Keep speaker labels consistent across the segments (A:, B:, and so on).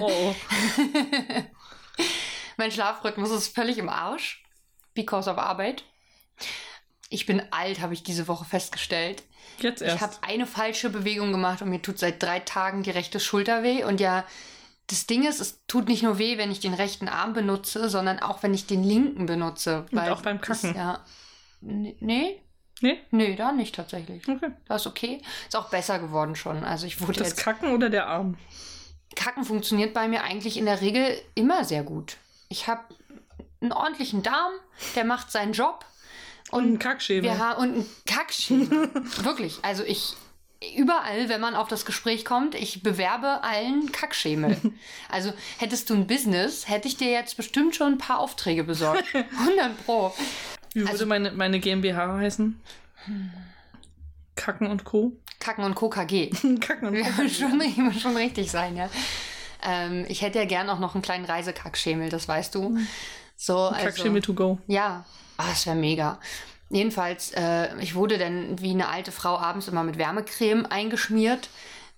A: Oh.
B: mein Schlafrhythmus ist völlig im Arsch. Because of Arbeit. Ich bin alt, habe ich diese Woche festgestellt.
A: Jetzt
B: Ich habe
A: erst.
B: eine falsche Bewegung gemacht und mir tut seit drei Tagen die rechte Schulter weh. Und ja, das Ding ist, es tut nicht nur weh, wenn ich den rechten Arm benutze, sondern auch, wenn ich den linken benutze.
A: Und auch beim
B: das-
A: Kacken.
B: Ja. N- Nee?
A: Nee?
B: Nee, da nicht tatsächlich.
A: Okay.
B: Da ist okay. Ist auch besser geworden schon. Also ich wurde
A: Das
B: jetzt
A: Kacken oder der Arm?
B: Kacken funktioniert bei mir eigentlich in der Regel immer sehr gut. Ich habe einen ordentlichen Darm, der macht seinen Job
A: Und ein
B: und,
A: Kackschäbel.
B: wir haben und einen Kackschädel. Wirklich, also ich überall, wenn man auf das Gespräch kommt, ich bewerbe allen Kackschemel. Also hättest du ein Business, hätte ich dir jetzt bestimmt schon ein paar Aufträge besorgt. 100 pro.
A: Wie würde
B: also-
A: meine, meine GmbH heißen? Kacken und Co.
B: Kacken und Co. KG.
A: Kacken und
B: Ja,
A: Co.
B: schon, ich muss schon richtig sein, ja. Ähm, ich hätte ja gern auch noch einen kleinen Reisekackschemel, das weißt du. So, also,
A: Kackschäbel to go.
B: Ja, ah, das wäre mega. Jedenfalls, äh, ich wurde dann wie eine alte Frau abends immer mit Wärmecreme eingeschmiert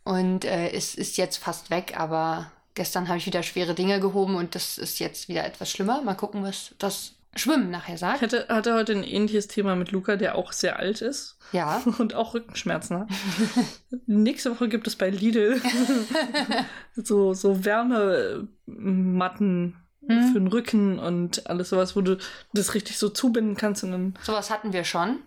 B: und äh, es ist jetzt fast weg, aber gestern habe ich wieder schwere Dinge gehoben und das ist jetzt wieder etwas schlimmer. Mal gucken, was das Schwimmen nachher
A: Ich
B: sagt.
A: hatte, hatte heute ein ähnliches Thema mit Luca, der auch sehr alt ist
B: Ja,
A: und auch Rückenschmerzen hat. Nächste Woche gibt es bei Lidl so, so Wärmematten
B: Hm.
A: für den Rücken und alles sowas, wo du das richtig so zubinden kannst und dann
B: sowas hatten wir schon.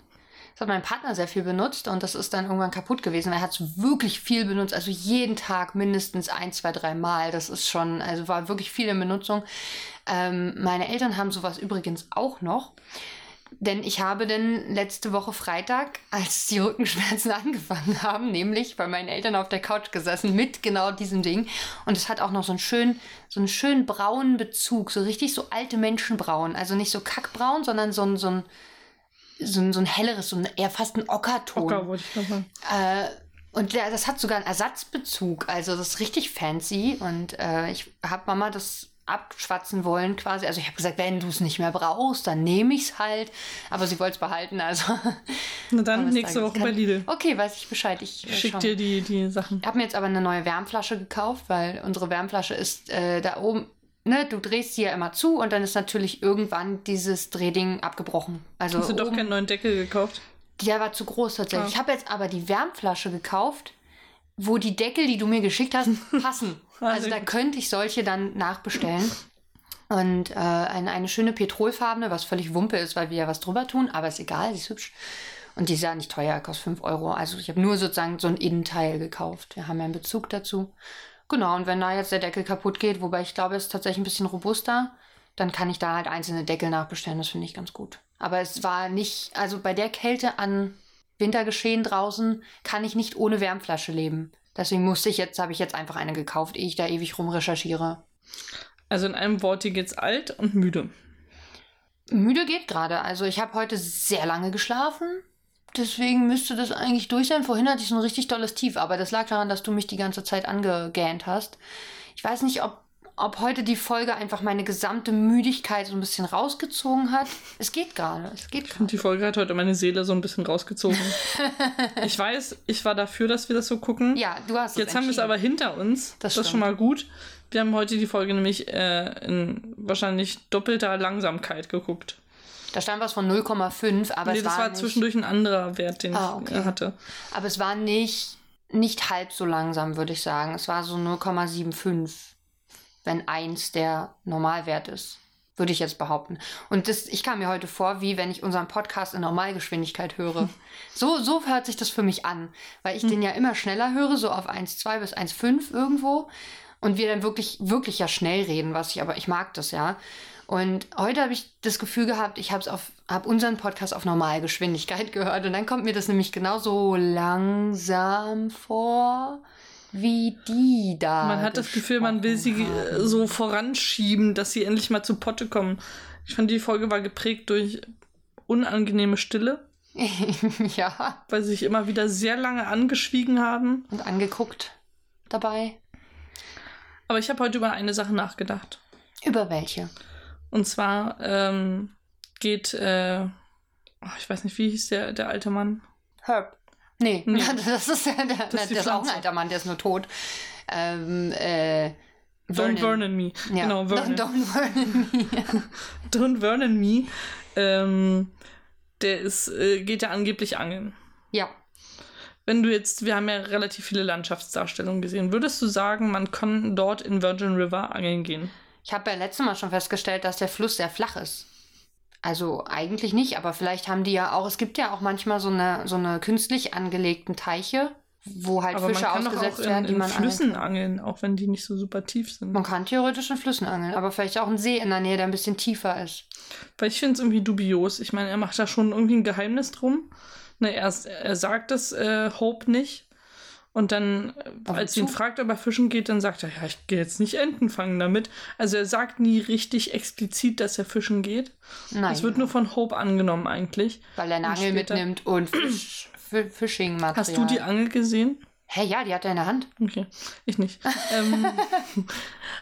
B: Das hat mein Partner sehr viel benutzt und das ist dann irgendwann kaputt gewesen. Er hat es wirklich viel benutzt, also jeden Tag mindestens ein, zwei, drei Mal. Das ist schon, also war wirklich viel in Benutzung. Ähm, meine Eltern haben sowas übrigens auch noch. Denn ich habe denn letzte Woche Freitag, als die Rückenschmerzen angefangen haben, nämlich bei meinen Eltern auf der Couch gesessen mit genau diesem Ding. Und es hat auch noch so einen schönen, so einen schönen braunen Bezug, so richtig so alte Menschenbraun. Also nicht so kackbraun, sondern so ein, so ein, so ein, so ein helleres, so ein, eher fast ein Ockerton.
A: Ocker, wollte ich gerade sagen.
B: Äh, und der, das hat sogar einen Ersatzbezug. Also das ist richtig fancy. Und äh, ich habe Mama das abschwatzen wollen quasi. Also ich habe gesagt, wenn du es nicht mehr brauchst, dann nehme ich es halt. Aber sie wollte es behalten. Also
A: Na dann
B: Donnerstag,
A: nächste
B: das
A: Woche
B: kann
A: bei
B: ich-
A: Lidl.
B: okay, weiß ich Bescheid. Ich äh,
A: Ich schick
B: schau.
A: dir die, die Sachen.
B: Ich habe mir jetzt aber eine neue Wärmflasche gekauft, weil unsere Wärmflasche ist äh, da oben. Ne, du drehst sie ja immer zu und dann ist natürlich irgendwann dieses Drehding abgebrochen. Also
A: Hast du doch
B: oben-
A: keinen neuen Deckel gekauft?
B: Der war zu groß tatsächlich.
A: Ah.
B: Ich habe jetzt aber die Wärmflasche gekauft, wo die Deckel, die du mir geschickt hast, passen.
A: Ah,
B: also
A: sehr
B: da
A: gut.
B: könnte ich solche dann nachbestellen. Und äh, eine, eine schöne petrolfarbene, was völlig Wumpe ist, weil wir ja was drüber tun, aber ist egal, sie ist hübsch. Und die ist ja nicht teuer, kostet 5 Euro. Also ich habe nur sozusagen so ein Innenteil gekauft. Wir haben ja einen Bezug dazu. Genau, und wenn da jetzt der Deckel kaputt geht, wobei ich glaube, es ist tatsächlich ein bisschen robuster, dann kann ich da halt einzelne Deckel nachbestellen. Das finde ich ganz gut. Aber es war nicht, also bei der Kälte an Wintergeschehen draußen kann ich nicht ohne Wärmflasche leben. Deswegen musste ich jetzt, habe ich jetzt einfach eine gekauft, ehe ich da ewig rumrecherchiere.
A: Also in einem Wort, dir geht's alt und müde.
B: Müde geht gerade. Also ich habe heute sehr lange geschlafen. Deswegen müsste das eigentlich durch sein. Vorhin hatte ich so ein richtig tolles Tief, aber das lag daran, dass du mich die ganze Zeit angegähnt hast. Ich weiß nicht, ob, ob heute die Folge einfach meine gesamte Müdigkeit so ein bisschen rausgezogen hat. Es geht gerade. Es geht gerade.
A: Die Folge hat heute meine Seele so ein bisschen rausgezogen. ich weiß, ich war dafür, dass wir das so gucken.
B: Ja, du hast
A: Jetzt haben wir es
B: entschieden.
A: aber hinter uns.
B: Das
A: Das, ist
B: stimmt.
A: schon mal gut. Wir haben heute die Folge nämlich äh, in wahrscheinlich doppelter Langsamkeit geguckt.
B: Da stand was von 0,5, aber
A: nee,
B: es
A: das
B: war,
A: war
B: nicht,
A: zwischendurch ein anderer Wert, den
B: Ah,
A: ich
B: okay.
A: äh, hatte.
B: Aber es war nicht, nicht halb so langsam, würde ich sagen. Es war so 0,75, wenn 1 der Normalwert ist. Würde ich jetzt behaupten. Und das, ich kam mir heute vor, wie wenn ich unseren Podcast in Normalgeschwindigkeit höre. So, so hört sich das für mich an. Weil
A: Hm.
B: ich den ja immer schneller höre, so auf 1,2 bis 1,5 irgendwo. Und wir dann wirklich, wirklich ja schnell reden, was ich, aber ich mag das ja. Und heute habe ich das Gefühl gehabt, ich habe hab unseren Podcast auf Normalgeschwindigkeit gehört. Und dann kommt mir das nämlich genauso langsam vor, wie die da.
A: Man hat das Gefühl, man will sie
B: gesprochen
A: äh,
B: haben.
A: so voranschieben, dass sie endlich mal zu Potte kommen. Ich fand, die Folge war geprägt durch unangenehme Stille,
B: ja,
A: weil sie sich immer wieder sehr lange angeschwiegen haben.
B: und angeguckt dabei.
A: Aber ich habe heute über eine Sache nachgedacht.
B: Über welche?
A: Und zwar ähm, geht, äh, oh, ich weiß nicht, wie hieß der, der alte Mann?
B: Herb. Nee,
A: Nee.
B: das ist ja der, das
A: Hm. ist die
B: ist auch ein
A: Pflanze.
B: alter Mann, der ist nur tot. Ähm, äh,
A: Don't Vernon Me.
B: Ja.
A: Genau, Vernon.
B: Don't, don't Vernon.
A: Don't Vernon Me. Ähm, der ist, äh, geht ja angeblich angeln.
B: ja.
A: Wenn du jetzt, wir haben ja relativ viele Landschaftsdarstellungen gesehen, würdest du sagen, man kann dort in Virgin River angeln gehen?
B: Ich habe ja letztes Mal schon festgestellt, dass der Fluss sehr flach ist. Also eigentlich nicht, aber vielleicht haben die ja auch, es gibt ja auch manchmal so eine, so eine künstlich angelegten Teiche, wo halt
A: Aber man
B: Fische
A: kann doch
B: ausgesetzt
A: auch in,
B: werden, die
A: in
B: man angelt.
A: Flüssen angeln, auch wenn die nicht so super tief sind.
B: Man kann theoretisch in Flüssen angeln, aber vielleicht auch einen See in der Nähe, der ein bisschen tiefer ist.
A: Weil ich finde es irgendwie dubios. Ich meine, er macht da schon irgendwie ein Geheimnis drum. Ne, er, er sagt das äh, Hope nicht. Und dann, äh,
B: Aber
A: als sie ihn
B: wozu?
A: fragt, ob er fischen geht, dann sagt er, ja, ich gehe jetzt nicht Enten fangen damit. Also er sagt nie richtig explizit, dass er fischen geht.
B: Nein,
A: Das wird nur von Hope angenommen eigentlich.
B: weil er eine
A: Und
B: Angel
A: später-
B: mitnimmt und Fisch, Fi- Fishing-Material.
A: Hast du die Angel gesehen?
B: Hä, ja, die hat er in der Hand.
A: Okay, ich nicht. ähm,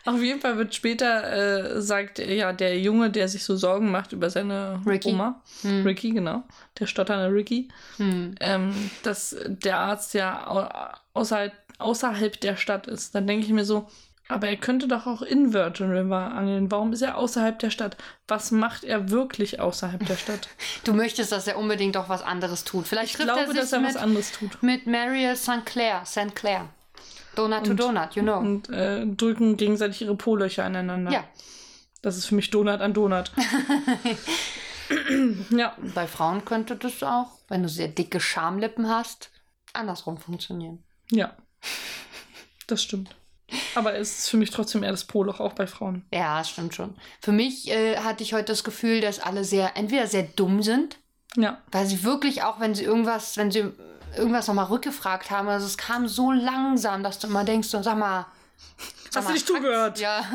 A: auf jeden Fall wird später, äh, sagt er, ja, der Junge, der sich so Sorgen macht über seine
B: Ricky.
A: Oma,
B: Hm.
A: Ricky, genau, der stotternde Ricky,
B: Hm.
A: ähm, dass der Arzt ja au- außerhalb, außerhalb der Stadt ist. Dann denke ich mir so, aber er könnte doch auch in Virgin River angeln. Warum ist er außerhalb der Stadt? Was macht er wirklich außerhalb der Stadt?
B: Du möchtest, dass er unbedingt auch was anderes tut. Vielleicht
A: Ich
B: trifft er
A: glaube,
B: sich
A: dass er
B: mit,
A: was anderes tut.
B: mit Mariel St. Clair. St. Clair. Donut to
A: Und-
B: Donut, you know.
A: Und äh, drücken gegenseitig ihre Po-Löcher aneinander.
B: Ja,
A: Das ist für mich Donut an Donut. ja,
B: bei Frauen könnte das auch, wenn du sehr dicke Schamlippen hast, andersrum funktionieren.
A: ja. Das stimmt. Aber es ist für mich trotzdem eher das Poloch, auch bei Frauen.
B: Ja, stimmt schon. Für mich äh, hatte ich heute das Gefühl, dass alle sehr, entweder sehr dumm sind,
A: Ja.
B: weil sie wirklich auch, wenn sie irgendwas, wenn sie irgendwas nochmal rückgefragt haben, also es kam so langsam, dass du immer denkst, so, sag mal, sag
A: Hast
B: mal,
A: du
B: fragst-
A: nicht zugehört?
B: Ja.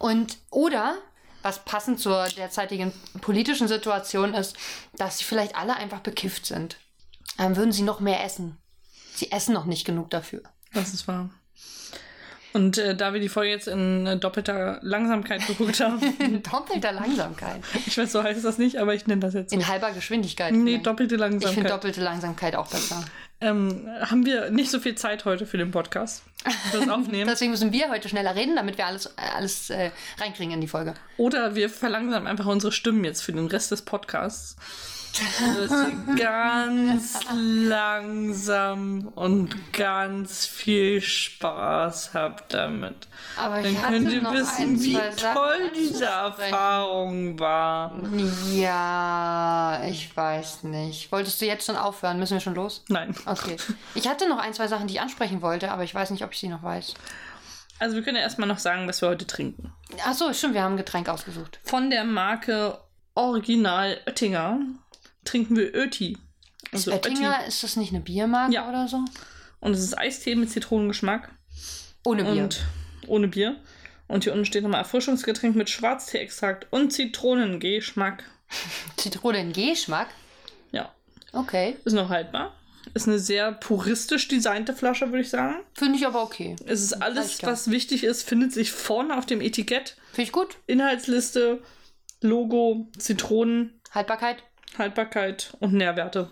B: Und oder was passend zur derzeitigen politischen Situation ist, dass sie vielleicht alle einfach bekifft sind. Dann würden sie noch mehr essen. Sie essen noch nicht genug dafür.
A: Das ist wahr. Und äh, da wir die Folge jetzt in äh, doppelter Langsamkeit geguckt haben,
B: In doppelter Langsamkeit.
A: ich weiß, so heißt das nicht, aber ich nenne das jetzt. so.
B: In halber Geschwindigkeit.
A: Nee,
B: vielleicht.
A: doppelte
B: Ich finde
A: Langsamkeit.
B: doppelte Langsamkeit auch besser.
A: ähm, haben wir nicht so viel Zeit heute für den Podcast, das Aufnehmen.
B: Deswegen müssen wir heute schneller reden, damit wir alles, alles äh, reinkriegen in die Folge.
A: Oder wir verlangsamen einfach unsere Stimmen jetzt für den Rest des Podcasts. Dass sie ganz langsam und ganz viel Spaß habt damit.
B: Aber
A: Dann
B: ich hatte
A: könnt ihr
B: noch
A: wissen,
B: ein,
A: wie
B: zwei Sachen
A: toll diese
B: anzusprechen.
A: Erfahrung war.
B: Ja, ich weiß nicht. Wolltest du jetzt schon aufhören? Müssen wir schon los?
A: Nein.
B: Okay. Ich hatte noch ein, zwei Sachen, die ich ansprechen wollte, aber ich weiß nicht, ob ich sie noch weiß.
A: Also wir können ja erstmal noch sagen, was wir heute trinken.
B: Ach so, stimmt, wir haben ein Getränk ausgesucht.
A: Von der Marke Original Oettinger trinken wir Öti.
B: Ist Oettinger, Äh, ist das nicht eine Biermarke
A: Ja.
B: oder so?
A: Und es ist Eistee mit Zitronengeschmack.
B: Ohne Bier.
A: Und ohne Bier. Und hier unten steht nochmal Erfrischungsgetränk mit Schwarzteeextrakt und Zitronengeschmack.
B: Zitrone in Geschmack?
A: Ja,
B: Okay.
A: ist noch haltbar. Ist eine sehr puristisch designte Flasche, würde ich sagen.
B: Finde ich aber okay.
A: Es ist alles,
B: Reicht ja.
A: was wichtig ist, findet sich vorne auf dem Etikett.
B: Finde ich gut.
A: Inhaltsliste, Logo, Zitronen,
B: Haltbarkeit
A: Haltbarkeit und Nährwerte.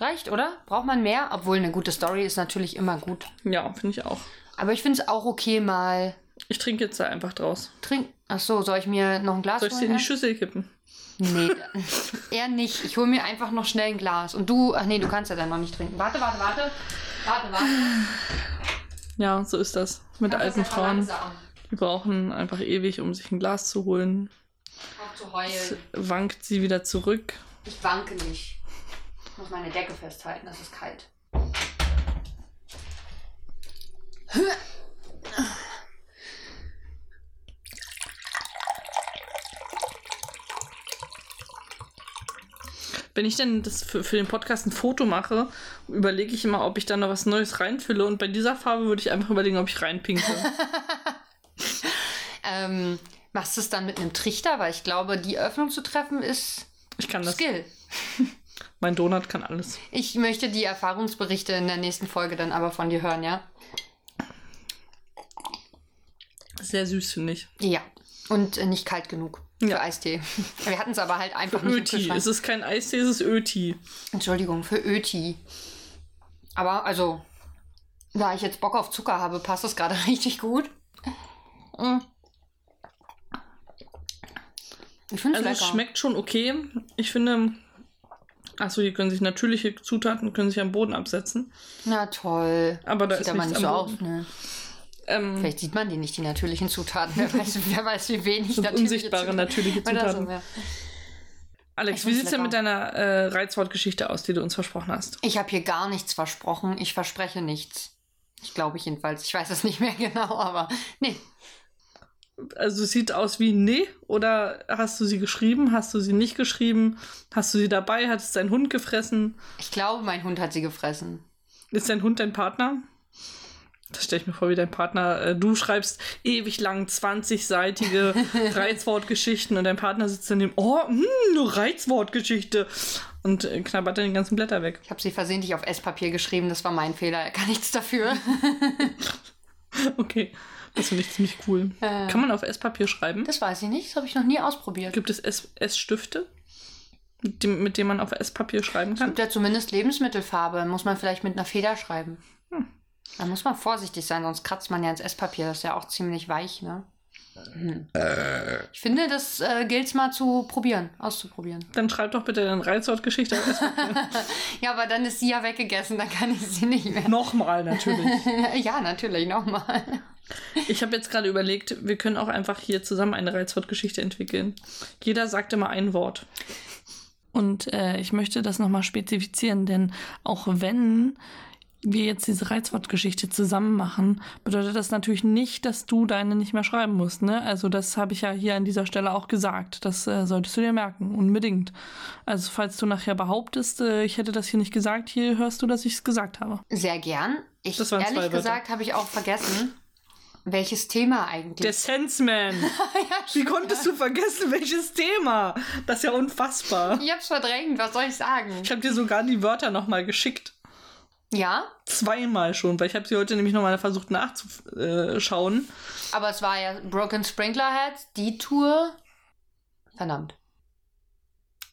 B: reicht, oder? Braucht man mehr? Obwohl eine gute Story ist natürlich immer gut.
A: Ja, finde ich auch.
B: Aber ich finde es auch okay, mal
A: Ich trinke jetzt da einfach draus.
B: trinken. Ach so, soll ich mir noch ein Glas
A: Soll ich sie in
B: holen?
A: die Schüssel kippen?
B: Nee, eher nicht. Ich hole mir einfach noch schnell ein Glas. Und du, ach nee, du kannst ja dann noch nicht trinken. Warte, warte, warte. Warte, warte.
A: Ja, so ist das. Mit
B: Kannst
A: alten
B: das ja
A: Frauen.
B: verlangsamen.
A: Die brauchen einfach ewig, um sich ein Glas zu holen.
B: Auf zu heulen.
A: wankt sie wieder zurück.
B: Ich wanke nicht. Ich muss meine Decke festhalten, das ist kalt.
A: Wenn ich denn das für, für den Podcast ein Foto mache, überlege ich immer, ob ich da noch was Neues reinfülle. Und bei dieser Farbe würde ich einfach überlegen, ob ich reinpinkle.
B: Ähm, machst du es dann mit einem Trichter? Weil ich glaube, die Öffnung zu treffen ist
A: Ich kann das.
B: Skill.
A: Mein Donut kann alles.
B: Ich möchte die Erfahrungsberichte in der nächsten Folge dann aber von dir hören, ja?
A: Sehr süß, finde ich.
B: Ja. Und äh, nicht kalt genug für
A: Ja.
B: Eistee. Wir hatten es aber halt einfach nicht im
A: Öti.
B: Kühlschrank.
A: Es ist kein Eistee, es ist Öti.
B: Entschuldigung, für Öti. Aber also, da ich jetzt Bock auf Zucker habe, passt es gerade richtig gut. Mm. Ich finde es
A: Also
B: lecker.
A: es schmeckt schon okay. Ich finde. Achso, hier können sich natürliche Zutaten können sich am Boden absetzen.
B: Na toll.
A: Aber da
B: Sieht
A: ist
B: aber nicht
A: nichts
B: so
A: am
B: aus,
A: Boden.
B: ne?
A: Ähm,
B: Vielleicht sieht man die nicht, die natürlichen Zutaten. Wer weiß, wer weiß wie wenig
A: sind
B: natürliche
A: unsichtbare natürliche
B: Oder
A: Zutaten.
B: so, ja. Ich
A: Alex, wie
B: find's
A: sieht's
B: lecker.
A: denn mit deiner äh, Reizwortgeschichte aus, die du uns versprochen hast?
B: Ich habe hier gar nichts versprochen. Ich verspreche nichts. Ich glaube ich jedenfalls. Ich weiß es nicht mehr genau, aber nee.
A: Also es sieht aus wie nee oder hast du sie geschrieben, hast du sie nicht geschrieben, hast du sie dabei, hat es dein Hund gefressen,
B: Ich glaube, mein Hund hat sie gefressen.
A: ist dein Hund dein Partner? Das stelle ich mir vor, wie dein Partner, äh, du schreibst ewig lang 20-seitige Reizwortgeschichten und dein Partner sitzt daneben, oh, mh, eine Reizwortgeschichte und äh, knabbert dann die ganzen Blätter weg.
B: Ich habe sie versehentlich auf Esspapier geschrieben. Das war mein Fehler. Er kann nichts dafür.
A: Okay, das finde ich ziemlich cool.
B: Äh.
A: Kann man auf Esspapier schreiben?
B: Das weiß ich nicht. Das habe ich noch nie ausprobiert.
A: Gibt es Ess- Essstifte, mit dem- mit denen man auf Esspapier schreiben
B: Es
A: kann?
B: gibt ja zumindest Lebensmittelfarbe. Muss man vielleicht mit einer Feder schreiben.
A: Hm.
B: Da muss man vorsichtig sein, sonst kratzt man ja ins Esspapier. Das ist ja auch ziemlich weich, ne? Hm. Ich finde, das äh, gilt es mal zu probieren, auszuprobieren.
A: Dann schreib doch bitte deine Reizwortgeschichte auf Esspapier.
B: Ja, aber dann ist sie ja weggegessen, dann kann ich sie nicht mehr.
A: Nochmal natürlich.
B: ja, natürlich, nochmal.
A: Ich habe jetzt gerade überlegt, wir können auch einfach hier zusammen eine Reizwortgeschichte entwickeln. Jeder sagt immer ein Wort. Und äh, ich möchte das nochmal spezifizieren, denn auch wenn wir jetzt diese Reizwortgeschichte zusammen machen, bedeutet das natürlich nicht, dass du deine nicht mehr schreiben musst. Ne? Also das habe ich ja hier an dieser Stelle auch gesagt. Das äh, solltest du dir merken, unbedingt. Also falls du nachher behauptest, äh, ich hätte das hier nicht gesagt, hier hörst du, dass ich es gesagt habe.
B: Sehr gern. Ich,
A: Das waren zwei
B: ehrlich
A: Wörter.
B: gesagt habe ich auch vergessen, welches Thema eigentlich.
A: Der Senseman. Wie konntest du vergessen, welches Thema? Das ist ja unfassbar.
B: ich hab's verdrängt, was soll ich sagen?
A: Ich habe dir sogar die Wörter nochmal geschickt.
B: Ja,
A: Zweimal schon, weil ich habe sie heute nämlich nochmal versucht nachzuschauen.
B: aber es war ja Broken Sprinkler Heads, die Tour. Verdammt.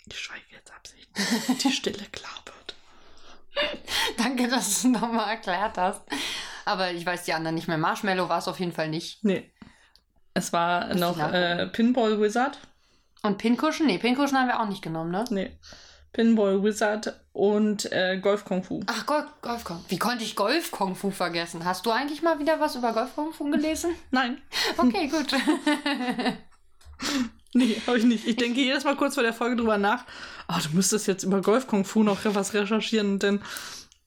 A: Ich schweige jetzt absichtlich. Die Stille klar wird.
B: Danke, dass du es nochmal erklärt hast. Aber ich weiß die anderen nicht mehr. Marshmallow war es auf jeden Fall nicht.
A: Nee. Es war
B: Muss ich
A: noch
B: nachgucken.
A: äh, Pinball Wizard.
B: Und Pinkuschen? Nee, Pinkuschen haben wir auch nicht genommen, ne?
A: Nee. Pinball Wizard und äh, Golf Kung Fu.
B: Ach, Golf, Golf Kung. Wie konnte ich Golf Kung Fu vergessen? Hast du eigentlich mal wieder was über Golf Kung Fu gelesen?
A: Nein,
B: Okay, gut.
A: nee, habe ich nicht. Ich denke jedes Mal kurz vor der Folge drüber nach, oh, du müsstest jetzt über Golf Kung Fu noch was recherchieren, denn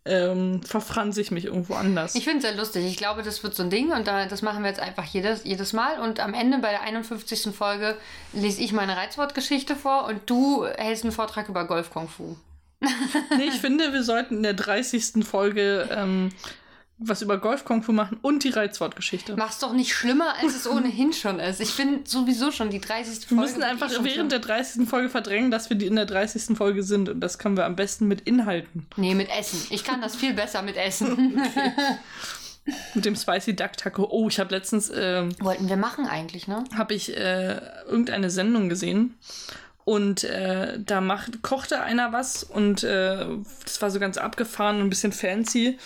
A: ähm, verfranse ich mich irgendwo anders.
B: Ich finde es sehr lustig. Ich glaube, das wird so ein Ding und da, das machen wir jetzt einfach jedes, jedes Mal. Und am Ende bei der 51. Folge lese ich meine Reizwortgeschichte vor und du hältst einen Vortrag über Golf Kung Fu.
A: nee, ich finde, wir sollten in der 30. Folge ähm, was über Golf Kung Fu machen und die Reizwortgeschichte.
B: Mach's doch nicht schlimmer, als es ohnehin schon ist. Ich finde sowieso schon die 30.
A: Wir
B: Folge.
A: müssen einfach
B: eh schon
A: während
B: schlimm.
A: der 30. Folge verdrängen, dass wir die in der 30. Folge sind und das können wir am besten mit Inhalten.
B: Nee, mit Essen. Ich kann das viel besser mit Essen.
A: Mit dem Spicy Duck Taco. Oh, ich habe letztens ähm,
B: Wollten wir machen eigentlich, ne?
A: habe ich äh, irgendeine Sendung gesehen und äh, da macht, kochte einer was und äh, das war so ganz abgefahren und ein bisschen fancy.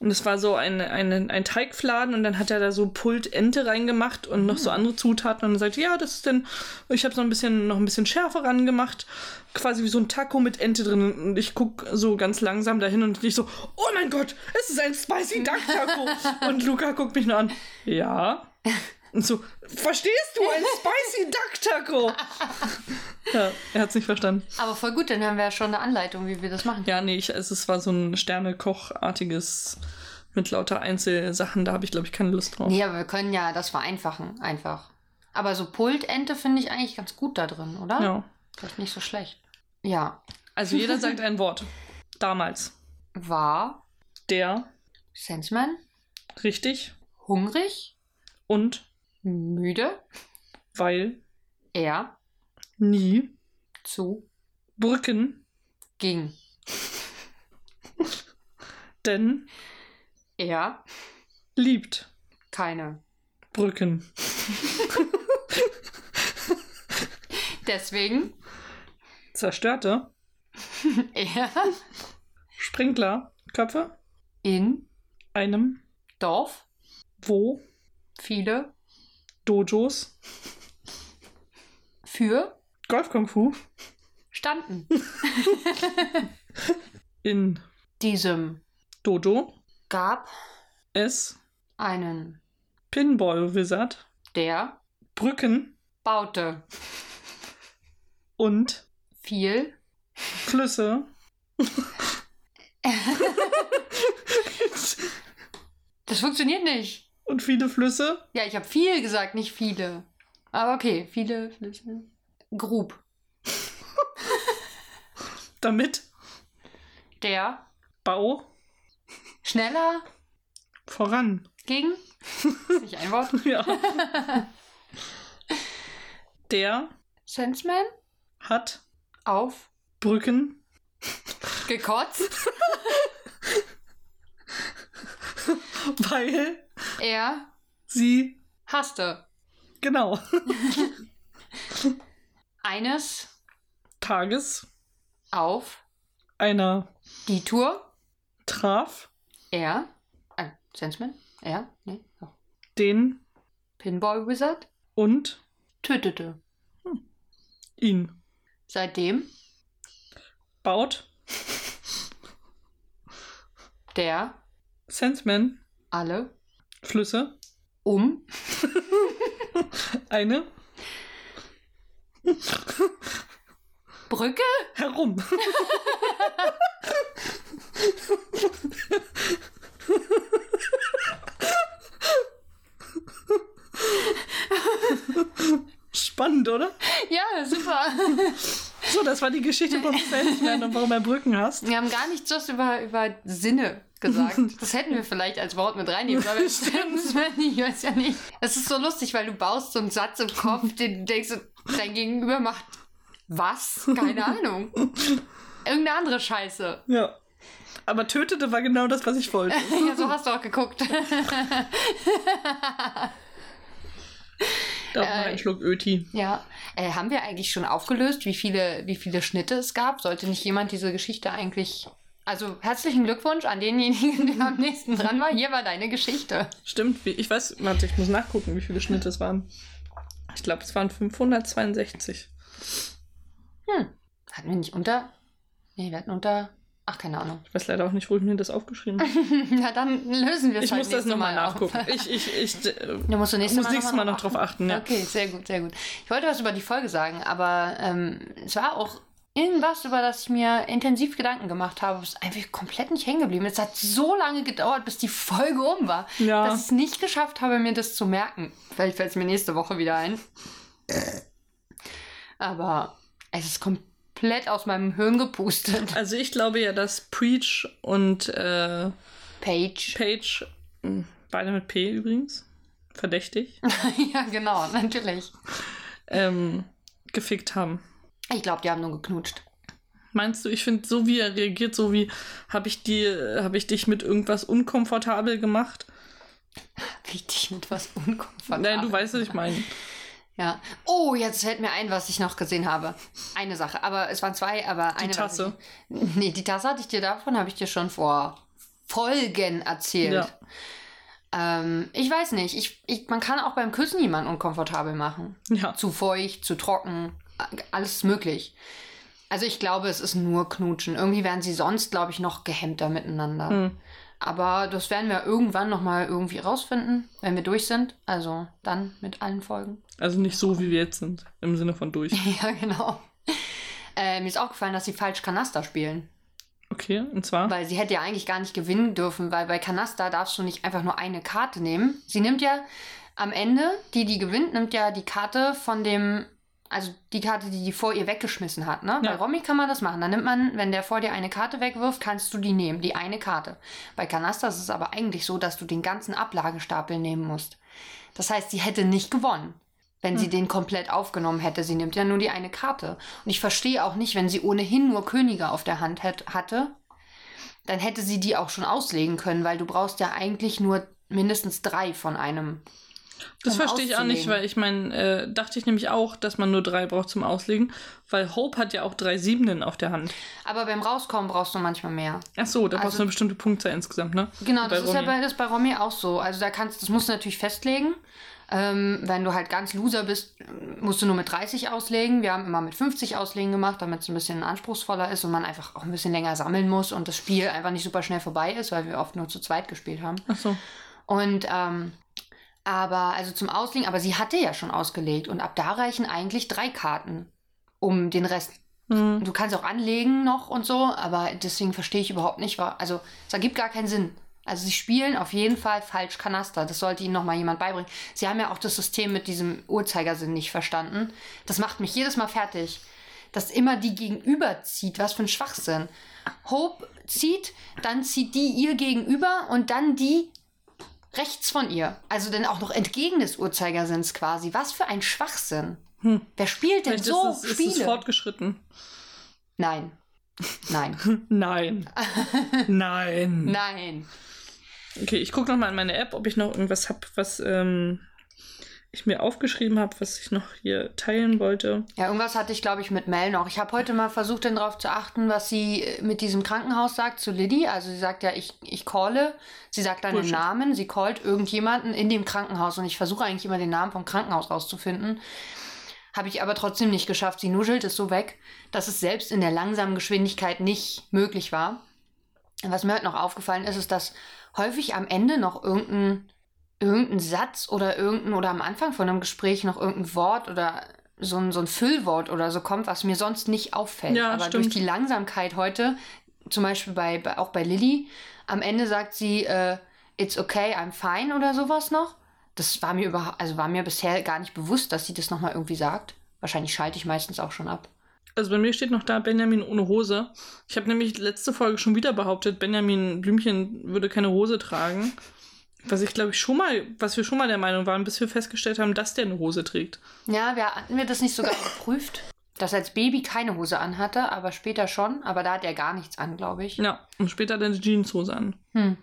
A: Und es war so ein, ein, ein Teigfladen und dann hat er da so Pult Ente reingemacht und noch so andere Zutaten und dann sagt, ja, das ist denn, ich habe es noch ein bisschen, noch ein bisschen schärfer rangemacht, quasi wie so ein Taco mit Ente drin. Und ich guck so ganz langsam dahin und ich so, oh mein Gott, es ist ein Spicy Duck Taco. und Luca guckt mich nur an, ja. Und so, verstehst du, ein Spicy Duck Taco? ja, er hat's nicht verstanden.
B: Aber voll gut, dann haben wir ja schon eine Anleitung, wie wir das machen.
A: Ja, nee, ich, also es, es war so ein Sternekochartiges mit lauter Einzelsachen, da habe ich, glaube ich, keine Lust drauf.
B: Nee, aber wir können ja das vereinfachen, einfach. Aber so Pultente finde ich eigentlich ganz gut da drin, oder?
A: Ja.
B: Vielleicht nicht so schlecht. Ja.
A: Also jeder sagt ein Wort. Damals.
B: War
A: Der,
B: Sandman
A: richtig
B: hungrig,
A: und
B: müde,
A: weil
B: er
A: nie
B: zu
A: Brücken,
B: ging.
A: denn
B: Er
A: liebt
B: keine.
A: Brücken.
B: Deswegen
A: Zerstörte
B: er
A: Sprinklerköpfe
B: in
A: einem
B: Dorf
A: wo
B: viele
A: Dojos
B: für
A: Golf Kung Fu
B: standen.
A: in
B: Diesem
A: Dojo
B: gab
A: es
B: einen,
A: Pinball Wizard
B: der
A: Brücken
B: baute
A: und
B: viel
A: Flüsse.
B: Das funktioniert nicht.
A: und viele Flüsse.
B: Ja, ich habe viel gesagt, nicht viele. Aber okay, viele Flüsse. Grub.
A: Damit
B: Der
A: Bau
B: schneller
A: voran.
B: ging. Ist nicht ein Wort.
A: Ja. Der
B: Senseman
A: hat
B: auf
A: Brücken
B: gekotzt.
A: weil
B: Er
A: sie
B: hasste
A: genau
B: eines
A: Tages
B: auf
A: einer
B: die Tour.
A: traf
B: Er, äh, Senseman, er, nee, oh.
A: den
B: Pinball Wizard
A: und
B: tötete.
A: ihn
B: Seitdem
A: baut
B: der
A: Sandman
B: alle
A: Flüsse
B: um
A: eine
B: Brücke
A: herum. Spannend, oder?
B: Ja, super.
A: So, das war die Geschichte vom Sandman und warum er Brücken hast.
B: Wir haben gar nichts just über, über Sinne gesagt. Das hätten wir vielleicht als Wort mit reinnehmen sollen. aber stimmt's, wenn Ich weiß ja nicht. Es ist so lustig, weil du baust so einen Satz im Kopf, den du denkst, dein Gegenüber macht was? Keine Ahnung. Irgendeine andere Scheiße.
A: Ja. Aber tötete war genau das, was ich wollte.
B: Ja, so hast du auch geguckt.
A: Da noch ein Schluck Öti.
B: Ja. Äh, haben wir eigentlich schon aufgelöst, wie viele, wie viele Schnitte es gab? Sollte nicht jemand diese Geschichte eigentlich. Also herzlichen Glückwunsch an denjenigen, der am nächsten dran war. Hier war deine Geschichte.
A: Stimmt, wie, ich weiß, warte, ich muss nachgucken, wie viele Schnitte es waren. Ich glaube, es waren 562.
B: Hatten wir nicht unter. Nee, wir hatten unter. Ach, keine Ahnung.
A: Ich weiß leider auch nicht, wo ich mir das aufgeschrieben habe.
B: Na, dann lösen wir es
A: Ich
B: halt
A: muss
B: nächstes
A: das nochmal
B: auf.
A: nachgucken. Ich, ich, ich äh,
B: Da musst du nächstes
A: muss
B: Mal,
A: nächstes Mal noch drauf achten. Ja.
B: Okay, sehr gut, sehr gut. Ich wollte was über die Folge sagen, aber ähm, es war auch irgendwas, über das ich mir intensiv Gedanken gemacht habe. Es ist einfach komplett nicht hängen geblieben. Es hat so lange gedauert, bis die Folge um war,
A: Ja.
B: dass ich es nicht geschafft habe, mir das zu merken. Vielleicht fällt es mir nächste Woche wieder ein.
A: Äh.
B: Aber es ist komplett aus meinem Hirn gepustet.
A: Also ich glaube ja, dass Preach und äh,
B: Page.
A: Page, mh, beide mit P übrigens, verdächtig,
B: ja, genau, natürlich.
A: ähm, gefickt haben.
B: Ich glaube, die haben nur geknutscht.
A: Meinst du, ich finde, so wie er reagiert, so wie habe ich dir, habe ich dich mit irgendwas unkomfortabel gemacht?
B: Richtig mit was unkomfortabel.
A: Nein, du weißt, was ich meine.
B: Ja. Oh, jetzt fällt mir ein, was ich noch gesehen habe. Eine Sache, aber es waren zwei, aber eine. weiß
A: Tasse.
B: Ich, nee, die Tasse hatte ich dir davon, habe ich dir schon vor Folgen erzählt.
A: Ja.
B: Ähm, ich weiß nicht. Ich, ich, man kann auch beim Küssen jemanden unkomfortabel machen.
A: Ja.
B: Zu feucht, zu trocken, alles möglich. Also ich glaube, es ist nur Knutschen. Irgendwie wären sie sonst, glaube ich, noch gehemmter miteinander.
A: Hm.
B: Aber das werden wir irgendwann nochmal irgendwie rausfinden, wenn wir durch sind. Also dann mit allen Folgen.
A: Also nicht so, wie wir jetzt sind, im Sinne von durch.
B: Ja, genau. Äh, mir ist auch gefallen, dass sie falsch Kanaster spielen.
A: Okay, und zwar.
B: Weil sie hätte ja eigentlich gar nicht gewinnen dürfen, weil bei Kanaster darfst du nicht einfach nur eine Karte nehmen. Sie nimmt ja am Ende, die die gewinnt, nimmt ja die Karte von dem also die Karte, die die vor ihr weggeschmissen hat, ne?
A: Ja.
B: Bei Romy kann man das machen. Dann nimmt man, wenn der vor dir eine Karte wegwirft, kannst du die nehmen, die eine Karte. Bei Canastas ist es aber eigentlich so, dass du den ganzen Ablagestapel nehmen musst. Das heißt, sie hätte nicht gewonnen, wenn sie den komplett aufgenommen hätte. Sie nimmt ja nur die eine Karte. Und ich verstehe auch nicht, wenn sie ohnehin nur Könige auf der Hand hätt, hatte, dann hätte sie die auch schon auslegen können, weil du brauchst ja eigentlich nur mindestens drei von einem.
A: Das
B: um
A: verstehe ich auch nicht,
B: auszulegen.
A: weil ich meine, äh, dachte ich nämlich auch, dass man nur drei braucht zum Auslegen, weil Hope hat ja auch drei Siebenen auf der Hand.
B: Aber beim Rauskommen brauchst du manchmal mehr.
A: Ach so, da brauchst
B: Also-
A: du eine bestimmte Punktzahl insgesamt, ne?
B: Genau,
A: Bei
B: das ist ja
A: Romy.
B: bei, das ist bei Romy auch so. Also da kannst, das musst du natürlich festlegen. Ähm, wenn du halt ganz loser bist, musst du nur mit 30 auslegen. Wir haben immer mit 50 auslegen gemacht, damit es ein bisschen anspruchsvoller ist und man einfach auch ein bisschen länger sammeln muss und das Spiel einfach nicht super schnell vorbei ist, weil wir oft nur zu zweit gespielt haben.
A: Ach so.
B: Und ähm, aber, also zum Auslegen, aber sie hatte ja schon ausgelegt und ab da reichen eigentlich drei Karten, um den Rest
A: Hm.
B: Du kannst auch anlegen noch und so, aber deswegen verstehe ich überhaupt nicht, wa- also es ergibt gar keinen Sinn. Also sie spielen auf jeden Fall falsch Kanaster. Das sollte ihnen nochmal jemand beibringen. Sie haben ja auch das System mit diesem Uhrzeigersinn nicht verstanden. Das macht mich jedes Mal fertig. Dass immer die gegenüber zieht. Was für ein Schwachsinn. Hope zieht, dann zieht die ihr gegenüber und dann die rechts von ihr. Also dann auch noch entgegen des Uhrzeigersinns quasi. Was für ein Schwachsinn.
A: Hm.
B: Wer spielt denn
A: Vielleicht
B: so
A: ist, es,
B: Spiele?
A: ist es fortgeschritten.
B: Nein. Nein.
A: Nein. Nein.
B: Nein.
A: Okay, ich gucke nochmal in meine App, ob ich noch irgendwas habe, was ähm, ich mir aufgeschrieben habe, was ich noch hier teilen wollte.
B: Ja, irgendwas hatte ich, glaube ich, mit Mel noch. Ich habe heute mal versucht, dann darauf zu achten, was sie äh, mit diesem Krankenhaus sagt zu Liddy. Also sie sagt ja, ich, ich calle. Sie sagt dann den
A: Bullshit.
B: Namen. Sie callt irgendjemanden in dem Krankenhaus. Und ich versuche eigentlich immer den Namen vom Krankenhaus rauszufinden. Habe ich aber trotzdem nicht geschafft. Sie nuschelt es so weg, dass es selbst in der langsamen Geschwindigkeit nicht möglich war. Was mir heute noch aufgefallen ist, ist, dass häufig am Ende noch irgendein, irgendein Satz oder irgendein oder am Anfang von einem Gespräch noch irgendein Wort oder so ein, so ein Füllwort oder so kommt, was mir sonst nicht auffällt.
A: Ja,
B: Aber
A: stimmt.
B: durch die Langsamkeit heute, zum Beispiel bei, bei, auch bei Lilly, am Ende sagt sie, äh, it's okay, I'm fine oder sowas noch. Das war mir überhaupt, also war mir bisher gar nicht bewusst, dass sie das nochmal irgendwie sagt. Wahrscheinlich schalte ich meistens auch schon ab.
A: Also bei mir steht noch da Benjamin ohne Hose. Ich habe nämlich letzte Folge schon wieder behauptet, Benjamin Blümchen würde keine Hose tragen. Was ich glaube ich schon mal, was wir schon mal der Meinung waren, bis wir festgestellt haben, dass der eine Hose trägt.
B: Ja, wir hatten wir das nicht sogar geprüft, dass er als Baby keine Hose anhatte, aber später schon. Aber da hat er gar nichts an, glaube ich.
A: Ja, und später dann die Jeanshose an.
B: Hm.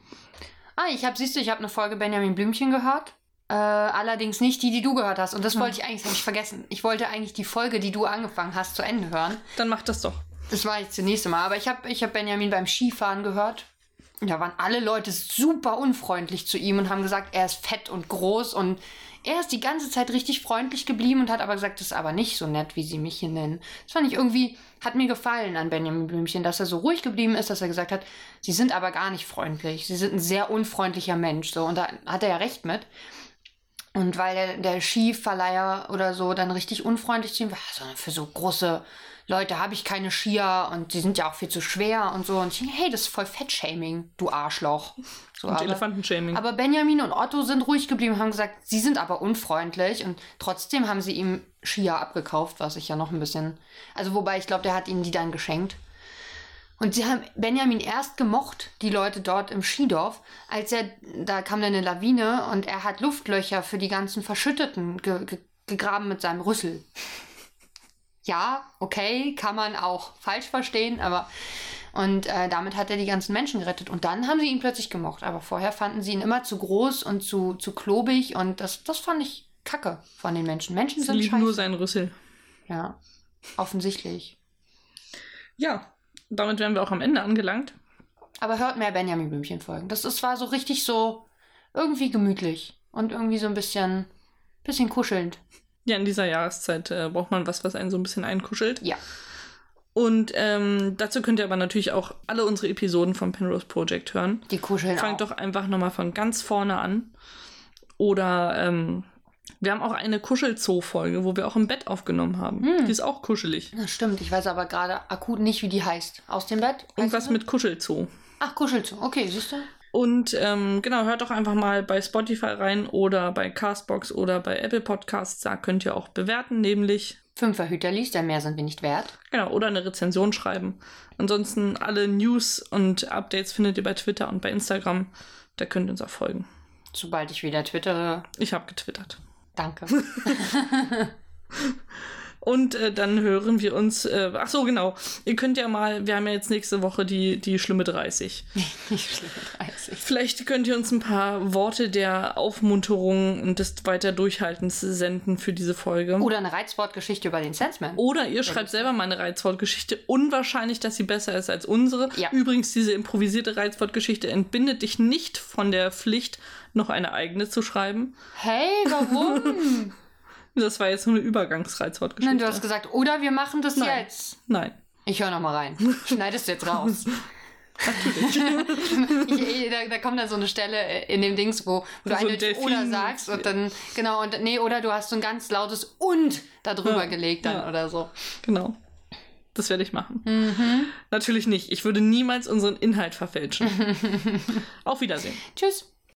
B: Ah, ich habe, siehst du, ich habe eine Folge Benjamin Blümchen gehört. Äh, allerdings nicht die, die du gehört hast. Und das wollte ich eigentlich, habe ich vergessen. Ich wollte eigentlich die Folge, die du angefangen hast, zu Ende hören.
A: Dann macht das doch.
B: Das war ich zunächst mal. Aber ich habe ich hab Benjamin beim Skifahren gehört. Und Da waren alle Leute super unfreundlich zu ihm und haben gesagt, er ist fett und groß. Und er ist die ganze Zeit richtig freundlich geblieben und hat aber gesagt, das ist aber nicht so nett, wie sie mich hier nennen. Das fand ich irgendwie, hat mir gefallen an Benjamin Blümchen, dass er so ruhig geblieben ist, dass er gesagt hat, sie sind aber gar nicht freundlich. Sie sind ein sehr unfreundlicher Mensch. So. Und da hat er ja recht mit. Und weil der, der Skiverleiher oder so dann richtig unfreundlich zu ihm war, so, für so große Leute habe ich keine Skier und die sind ja auch viel zu schwer und so. Und ich denke, hey, das ist voll Fettshaming, du Arschloch. So,
A: Und
B: aber,
A: Elefantenshaming.
B: aber Benjamin und Otto sind ruhig geblieben, haben gesagt, sie sind aber unfreundlich und trotzdem haben sie ihm Skier abgekauft, was ich ja noch ein bisschen. Also, wobei ich glaube, der hat ihnen die dann geschenkt. Und sie haben Benjamin erst gemocht, die Leute dort im Skidorf, als er, da kam dann eine Lawine und er hat Luftlöcher für die ganzen Verschütteten ge ge gegraben mit seinem Rüssel. Ja, okay, kann man auch falsch verstehen, aber und äh, damit hat er die ganzen Menschen gerettet. Und dann haben sie ihn plötzlich gemocht. Aber vorher fanden sie ihn immer zu groß und zu, zu klobig und das, das fand ich kacke von den Menschen. Menschen
A: Sie
B: sind
A: lieben
B: scheiße.
A: nur seinen Rüssel.
B: ja, offensichtlich.
A: Ja, damit wären wir auch am Ende angelangt.
B: Aber hört mehr Benjamin Blümchen Folgen. Das ist, war so richtig so irgendwie gemütlich und irgendwie so ein bisschen, bisschen kuschelnd.
A: Ja, in dieser Jahreszeit äh, braucht man was, was einen so ein bisschen einkuschelt.
B: Ja.
A: Und ähm, dazu könnt ihr aber natürlich auch alle unsere Episoden vom Penrose Project hören.
B: Die kuscheln
A: Fangt
B: auch.
A: doch einfach nochmal von ganz vorne an. Oder ähm, wir haben auch eine Kuschelzoo-Folge, wo wir auch im Bett aufgenommen haben.
B: Hm.
A: Die ist auch kuschelig.
B: Na, stimmt, ich weiß aber gerade akut nicht, wie die heißt. Aus dem Bett? Weißt
A: Irgendwas
B: du?
A: mit Kuschelzoo.
B: Ach, kuschelt so. Okay, siehst du?
A: Und ähm, genau, hört doch einfach mal bei Spotify rein oder bei Castbox oder bei Apple Podcasts. Da könnt ihr auch bewerten, nämlich
B: Fünf Verhüterlis, denn mehr sind wir nicht wert.
A: Genau, oder eine Rezension schreiben. Ansonsten alle News und Updates findet ihr bei Twitter und bei Instagram. Da könnt ihr uns auch folgen.
B: Sobald ich wieder twittere,
A: Ich habe getwittert.
B: danke.
A: Und äh, dann hören wir uns. Äh, ach so, genau. Ihr könnt ja mal, wir haben ja jetzt nächste Woche die, die schlimme 30.
B: Nicht schlimm, 30.
A: Vielleicht könnt ihr uns ein paar Worte der Aufmunterung und des weiter Durchhaltens senden für diese Folge.
B: Oder eine Reizwortgeschichte über den Sandman.
A: Oder ihr schreibt selber mal eine Reizwortgeschichte. Unwahrscheinlich, dass sie besser ist als unsere.
B: Ja.
A: Übrigens, diese improvisierte Reizwortgeschichte entbindet dich nicht von der Pflicht, noch eine eigene zu schreiben.
B: Hey, warum?
A: Das war jetzt nur eine
B: Nein,
A: Übergangsreizwortgeschichte.
B: du hast gesagt, oder wir machen das
A: Nein.
B: jetzt.
A: Nein.
B: Ich höre nochmal rein. Schneidest du jetzt raus. ich, da, da kommt dann so eine Stelle in dem Dings, wo du
A: So ein
B: eine
A: Delfin-
B: oder sagst und dann, genau, und nee, oder du hast so ein ganz lautes und da drüber
A: Ja.
B: gelegt dann
A: Ja.
B: oder so.
A: Genau. Das werde ich machen. Natürlich nicht. Ich würde niemals unseren Inhalt verfälschen. Auf Wiedersehen.
B: Tschüss.